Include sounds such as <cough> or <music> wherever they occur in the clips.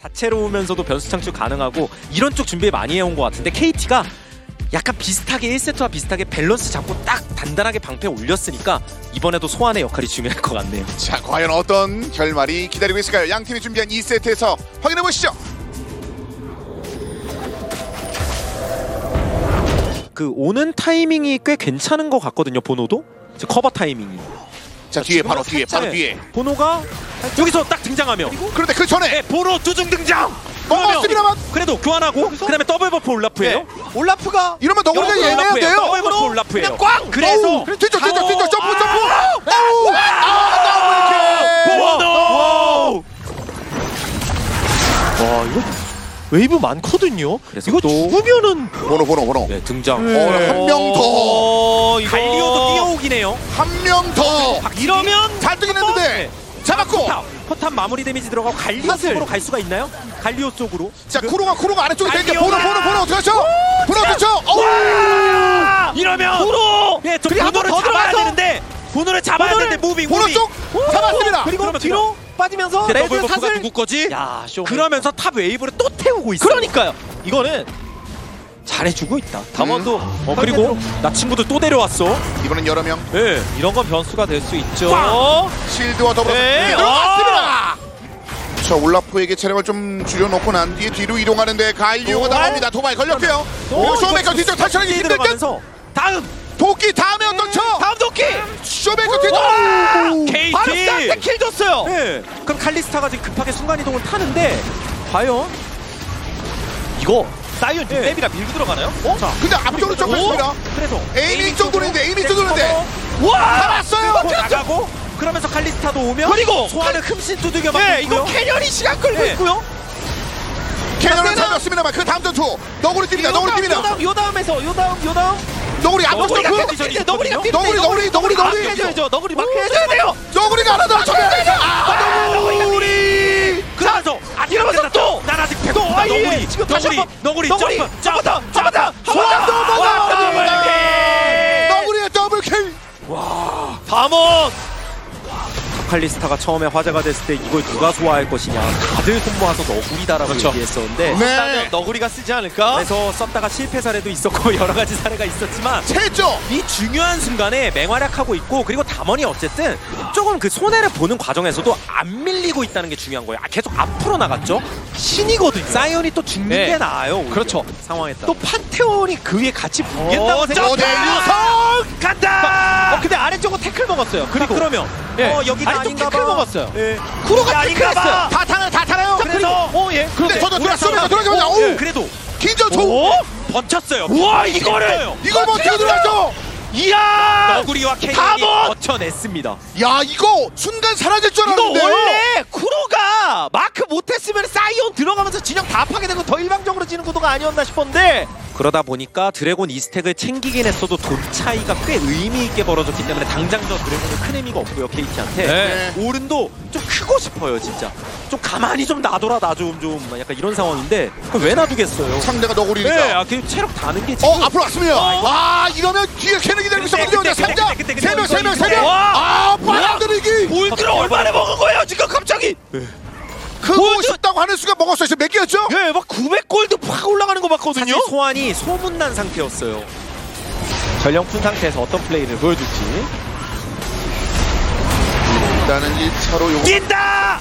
다채로우면서도 변수 창출 가능하고 이런 쪽 준비 많이 해온 것 같은데 KT가 약간 비슷하게 1세트와 비슷하게 밸런스 잡고 딱 단단하게 방패 올렸으니까 이번에도 소환의 역할이 중요할 것 같네요. 자, 과연 어떤 결말이 기다리고 있을까요? 양 팀이 준비한 2세트에서 확인해 보시죠. 그 오는 타이밍이 꽤 괜찮은 것 같거든요. 보노도 이제 커버 타이밍이. 자, 네. 뒤에 바로 뒤에 바로 뒤에. 보노가 여기서 딱 등장하며 그런데 그 전에 네, 보노 두중 어, 등장. 먹었습니다만 그래도 교환하고 그다음에 더블 버프 올라프예요. 올라프가 네. 어, 이러면 너구리가 더블 예매해야 올라프예요. 돼요. 더블 버프 올라프예요. 그냥 꽝! 그래서 오우, 그래, 뒤쪽 뒤쪽 오! 뒤쪽 점프 점프. 아! 오우, 아, 더블 킥. 보노. 와 이거 웨이브 많거든요. 그래서 이거 또- 죽으면은 번호 번호 번호. 네, 등장. 네. 한 명 더. 어, 이거 갈리오도 뛰어오긴 해요. 한 명 더. 이러면 잘 뜨긴 했는데 잡았고. 포탑, 포탑 마무리 데미지 들어가고 갈리오 사슬. 쪽으로 갈 수가 있나요? 갈리오 쪽으로. 자, 쿠로가 쿠로가 아래쪽에 되니까 아니요. 번호 번호 번호 어떻게 하죠? 번호 어떻게 하죠? 오우. 아, 이러면 도로. 예, 좀 그리고 한번 도로를 더 잡아야 들어가서. 되는데 도로를 잡아야 도로를. 되는데 무빙 보로 무빙. 쪽 잡았습니다. 그리고 그러면 뒤로 빠지면서 이제 더블 레드 버프가 사슬 누구 거지? 야, 쇼. 그러면서 탑 웨이브를 또 태우고 있어. 그러니까요. 이거는 잘해주고 있다. 담원도. 어, 그리고 그리고 나 친구들 또 데려왔어. 이번엔 여러 명 예. 이런 건 변수가 될 수 있죠. 실드와 더불어서 네, 들어왔습니다. 자 그렇죠. 올라프에게 체력을 좀 줄여놓고 난 뒤에 뒤로 이동하는데 갈리오가 도발? 나옵니다. 도발 걸렸고요. 오, 쇼메이커 이거 뒤쪽 탈출하기 스피드 힘들 듯. 들어가면서 다음 도끼 다음에 어떤 쳐? 다음 도끼 쇼메이커 뒤쪽. KT. 바로 쌍킬 줬어요. 네. 그럼 칼리스타가 지금 급하게 순간 이동을 타는데 과연 이거 사이언 네. 랩이라 밀고 들어가나요? 어? 자. 근데 앞쪽으로 좀 했습니다. 그래서 에이밍 쪽으로 했는데, 에이밍 쪽으로 했는데. 와! 잡았어요. 그렇죠. 아, 어, 네, 나가고 그러면서 칼리스타도 오면 그리고 소환을 흠씬 두들겨 맞고 네, 있고요. 이거 캐년이 시간 끌고 네. 있고요. 캐논을 잡았습니다만 그 다음 전투 너구리 팀이다. 너구리 요 팀이다. 다음, 요 다음에서 요 다음, 요 다음. 너구리 앞쪽 너구리가 점프. 뛰는데, 뛰는데, 너구리가 뛰는데, 너구리, 너구리, 너구리, 막 너구리. 해줘야죠. 너구리 막 해줘야 돼요. 너구리가 하나 더 쳐야 아, 너구리가 너구리. 그러면서 아직 이러면서 끝났다. 또! 난 아직 배고프다. 또 아예 너구리 지금 다시 너구리 한 번, 너구리 너구리, 점프 한번 더, 점프 한번 더, 한번 와, 더, 한번 더, 와, 더블 더블 네. 킥! 킥! 너구리의 더블 킬. 다몬. 칼리스타가 처음에 화제가 됐을 때 이걸 누가 소화할 것이냐 다들 손모아서 너구리다라고 그렇죠. 얘기했었는데 네. 너구리가 쓰지 않을까? 그래서 썼다가 실패 사례도 있었고 <laughs> 여러 가지 사례가 있었지만 최죠. 이 중요한 순간에 맹활약하고 있고 그리고 담원이 어쨌든 조금 그 손해를 보는 과정에서도 안 밀리고 있다는 게 중요한 거예요. 아, 계속 앞으로 나갔죠. 신이거든요. 사이언이 또 죽는 네. 게 나아요. 오히려. 그렇죠. 상황에 따라. 또 판테온이 그 위에 같이 붙는다고 생각. 저대 유성 간다. 어, 근데 아래쪽은 태클 먹었어요. 그리고 그리고 그러면 예. 어, 여기는 아니, 좀 아닌가 봐. 태클 먹었어요. 예. 구로가 아닌가 봐. 태클했어요. 다 타나요, 다 타나요. 자, 그리고 어 예. 근데 저도 오래 들어왔습니다. 싸우다가- 들어가자마자 어, 오, 그래도 긴저초. 오? 버텼어요. 우와, 이거를! 버텼어요. 이걸 못 버텨요. 들어갔죠. 예, 이야. 너구리와 캐논이 담원! 버텨냈습니다. 야, 이거 순간 사라질 줄 이거 알았는데. 원래 쿠로가 마크 못했으면 사이온 들어가면서 진영 다 파괴되고 더 일방적으로 지는 구도가 아니었나 싶었는데 그러다 보니까 드래곤 이스택을 챙기긴 했어도 돈 차이가 꽤 의미 있게 벌어졌기 때문에 당장 저 드래곤은 큰 의미가 없고요 KT한테 네. 오른도 좀 크고 싶어요 진짜 좀 가만히 좀 놔둬라 나 좀 좀 약간 이런 상황인데 그걸 왜 놔두겠어요? 상대가 너구리니까. 네, 아, 그 체력 다는 게 지금 어 앞으로 왔습니다. 와 이러면 뒤에 캐는 기다리고 그때, 있었거든요. 그때, 상자 그때, 그때, 세명 그때, 세 명 그때. 세명. 와. 아 빨아들이기. 골드를 얼마나 먹은 거예요 지금 갑자기 크고 싶다고 하는 수가 먹었어요. 지금 몇 개였죠? 예막 900골드 팍 올라가는 거 사실 봤거든요 소환이 소문난 상태였어요 전령푼 상태에서 어떤 플레이를 보여줄지 일단은 1차로 요거 뛴다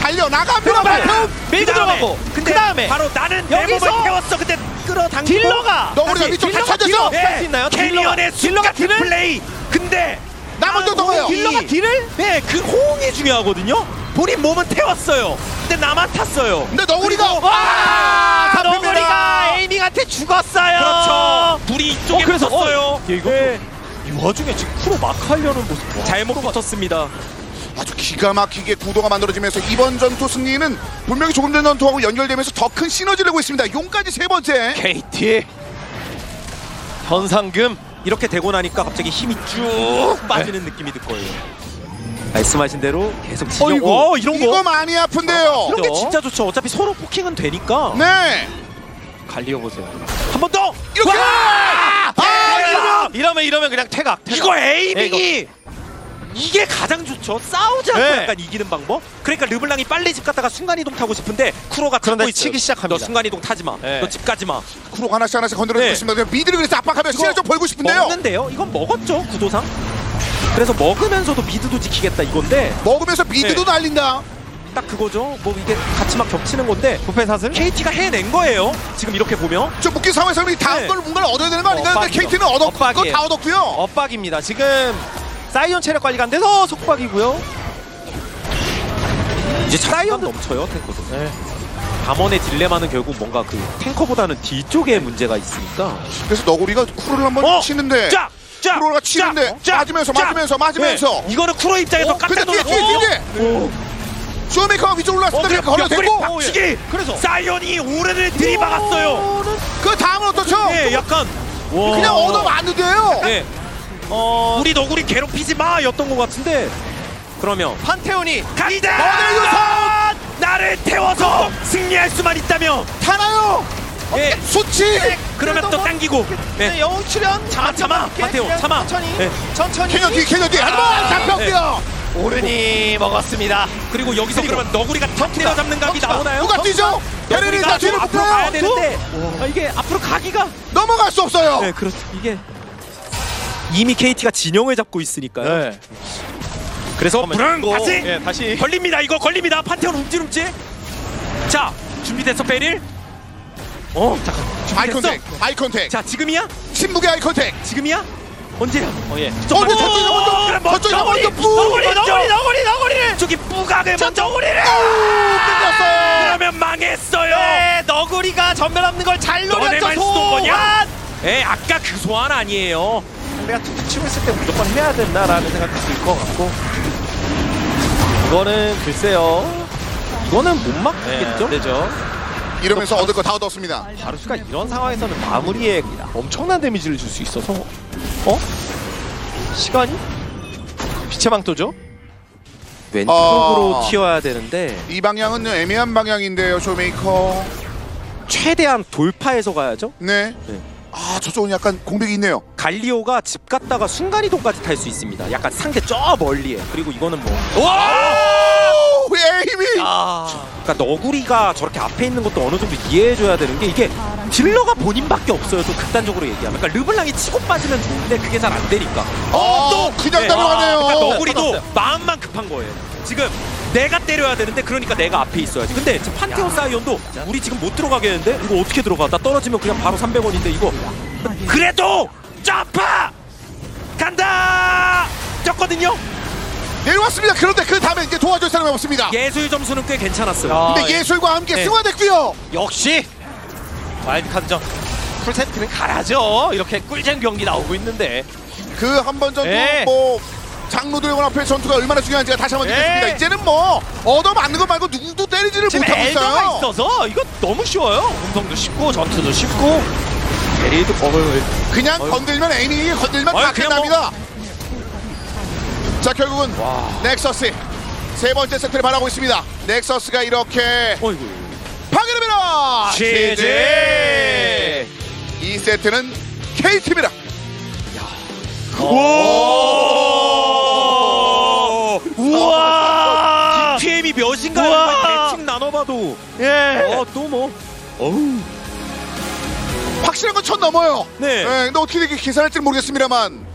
달려 나갑니다. 들어가요. 발표. 아, 밀고 들어가고 근데 그다음에 바로 나는 내 몸을 여기서 태웠어 근데 끌어당기고 딜러가 너구리가 다시 밑으로 다 딜러가 예, 찾았어. 딜러 할수 있나요? 캐리언의 딜러가 순간 딜을? 플레이 근데 나 아, 먼저 넣어요. 딜러가 딜을? 네, 그 호응이 중요하거든요. 본인 몸은 태웠어요. 근데 나만 탔어요. 근데 너구리가 와 아, 너구리 잡힙니다. 가 에이밍한테 죽었어요 그렇죠. 둘이 어, 이쪽에 그래서 붙었어요. 어, 예, 이거 네, 이 와중에 지금 프로 막 하려는 모습 와. 잘못 붙었습니다. 아주 기가 막히게 구도가 만들어지면서 이번 전투 승리는 분명히 조금 전 전투하고 연결되면서 더 큰 시너지를 내고 있습니다. 용까지 세 번째. KT 현상금 이렇게 되고 나니까 갑자기 힘이 네. 쭉 빠지는 느낌이 들 거예요. 말씀하신 대로 계속 진영. 어이구. 어, 이런 이거 거. 많이 아픈데요. 이런 게 진짜 좋죠. 어차피 서로 포킹은 되니까. 네. 갈리오 보세요 한 번 더. 이렇게. 와! 아, 이러면 이러면 그냥 태각, 이거 에이밍이 네, 이게 가장 좋죠. 싸우지 않고 네. 약간 이기는 방법. 그러니까 르블랑이 빨리 집 갔다가 순간 이동 타고 싶은데 쿠로가 그런데 찾고 있어요. 치기 시작합니다. 너 순간 이동 타지 마. 네. 너 집 가지 마. 크로 하나씩 하나씩 건드려주고 네. 있습니다. 그냥 미드를 그래서 압박하면 시간을 좀 벌고 싶은데요. 먹는데요. 이건 먹었죠 구도상. 그래서 먹으면서도 미드도 지키겠다 이건데 먹으면서 미드도 네. 날린다. 딱 그거죠. 뭐 이게 같이 막 겹치는 건데 부패 사슬? KT가 해낸 거예요. 지금 이렇게 보면 저 묶인 상황에서 우리 다음 네. 어. 걸 뭔가를 얻어야 되는 거 아닌가요? 근데 엇박이죠. KT는 얻었고 엇박이에요. 다 얻었고요. 엇박입니다. 지금 사이언 체력 관리가 안 돼서 속박이고요. 이제 차이가 사이언도- 넘쳐요 탱커도. 네. 담원의 딜레마는 결국 뭔가 그 탱커보다는 뒤쪽에 문제가 있으니까. 그래서 너구리가 쿠로를 한번 어! 치는데 짝! 짝! 쿠로가 네. 치는데 짝! 짝! 맞으면서 짝! 맞으면서 맞으면서 어? 네. 이거는 쿠로 입장에서 어? 깜짝 근데 뒤에 놀랐고. 뒤에 뒤에 쇼메이커가 위쪽으로 올라왔습니다. 그냥 걸려 어, 옆구리 대고 박치기. 그래서. 사이언이 오래를 들이박았어요. 그 다음은 어떻죠? 예, 약간 와. 그냥 얻어 맞는데요. 예. 어, 우리 너구리 괴롭히지 마였던 것 같은데. 그러면 판테온이 너네 간다. 나를 태워서 승리할 수만 있다면. 타나요? 예. 수치 그러면 또 당기고. 네. 예. 영웅 출연 참아, 참아. 판테온, 참아. 천천히 네. 천천히 캐년 뒤 캐년 뒤 아, 한번 잡혔고요. 오르니 먹었습니다. 예, 그리고 여기서 그러면 너구리가 터트려 잡는 각이 덕후가 나오나요? 누가 뛰죠? 베레리 너구리가 다 뒤를 앞으로 가야 붙어요. 되는데 아, 이게 앞으로 가기가 넘어갈 수 없어요. 네 그렇죠 이게 이미 KT가 진영을 잡고 있으니까요 네. 그래서 불안 다시 예, 네, 다시 걸립니다 이거 걸립니다 판테온 움찔움찔 자 준비됐어 베릴 어 잠깐 아이 준비됐어? 컨택, 아이 컨택, 자 지금이야? 신무게 아이 컨택. 지금이야? 언제야? 어, 예. 좀 어, 빨리 저쪽이 쳐. 먼저, 그럼 뭐, 저쪽이 너구리, 먼저 뿌! 너구리 너구리 너구리 너구리 너구리 너구리를 저기 뿌각을 먼저 어! 우리를 끝났어요. 그러면 망했어요 네, 너구리가 전면 없는 걸 잘 노렸죠. 너네만 쓰던 소환. 거냐? 에 아까 그 소환 아니에요 내가 툭툭 치고 있을 때 무조건 해야 된다라는 생각도 들것 같고 이거는 글쎄요. 이거는 못 안 되죠. 이러면서 얻을 거 다 얻었습니다. 네. 바루스가 이런 상황에서는 마무리에 엄청난 데미지를 줄 수 있어서 어? 시간이? 빛의 망토죠? 왼쪽으로 어. 튀어야 되는데 이 방향은 애매한 방향인데요, 쇼메이커. 최대한 돌파해서 가야죠. 네. 네. 아 저쪽은 약간 공백이 있네요. 갈리오가 집 갔다가 순간 이동까지 탈 수 있습니다. 약간 상대 저 멀리에. 그리고 이거는 뭐 오, 예, 에이미. 아. 그러니까 너구리가 저렇게 앞에 있는 것도 어느 정도 이해해줘야 되는 게 이게 딜러가 본인밖에 없어요. 좀 극단적으로 얘기하면. 그러니까 르블랑이 치고 빠지면 좋은데 그게 잘 안 되니까. 어, 또 그냥 따라가네요. 아, 그러니까 너구리도 끝났어요. 마음만 급한 거예요. 지금 내가 때려야 되는데 그러니까 내가 앞에 있어야지. 근데 지금 판테온 사이언도 우리 지금 못 들어가겠는데 이거 어떻게 들어가? 나 떨어지면 그냥 바로 300원인데 이거. 그래도 점프 간다. 졌거든요. 내려왔습니다. 그런데 그 다음에 이제 도와줄 사람이 없습니다. 예술 점수는 꽤 괜찮았어요. 야. 근데 아, 예. 예술과 함께 예. 승화됐고요. 역시 와일드카드전 풀세트는 가라죠. 이렇게 꿀잼 경기 나오고 있는데 그 한 번 전도 예. 뭐 장로드래곤 앞에 전투가 얼마나 중요한지가 다시 한번 예. 느꼈습니다. 이제는 뭐 얻어 맞는 것 말고 누구도 때리지를 지금 못하고 엘더가 있어요. 있어서 이거 너무 쉬워요. 운동도 쉽고 전투도 쉽고 베리도 어을 그냥 건들면 에이미 건들면 어이, 다 그냥 뭐- 끝납니다. 자 결국은 넥서스 세 번째 세트를 바라고 있습니다. 넥서스가 이렇게 어이구. 파괴됩니다. GG. 이 세트는 KT입니다. 오! 우와! PM이 몇인가요? 우와! 매칭 나눠봐도 예. 어또 뭐? 확실한 건 첫 넘어요. 네. 네, 근데 어떻게 이렇게 계산할지 는 모르겠습니다만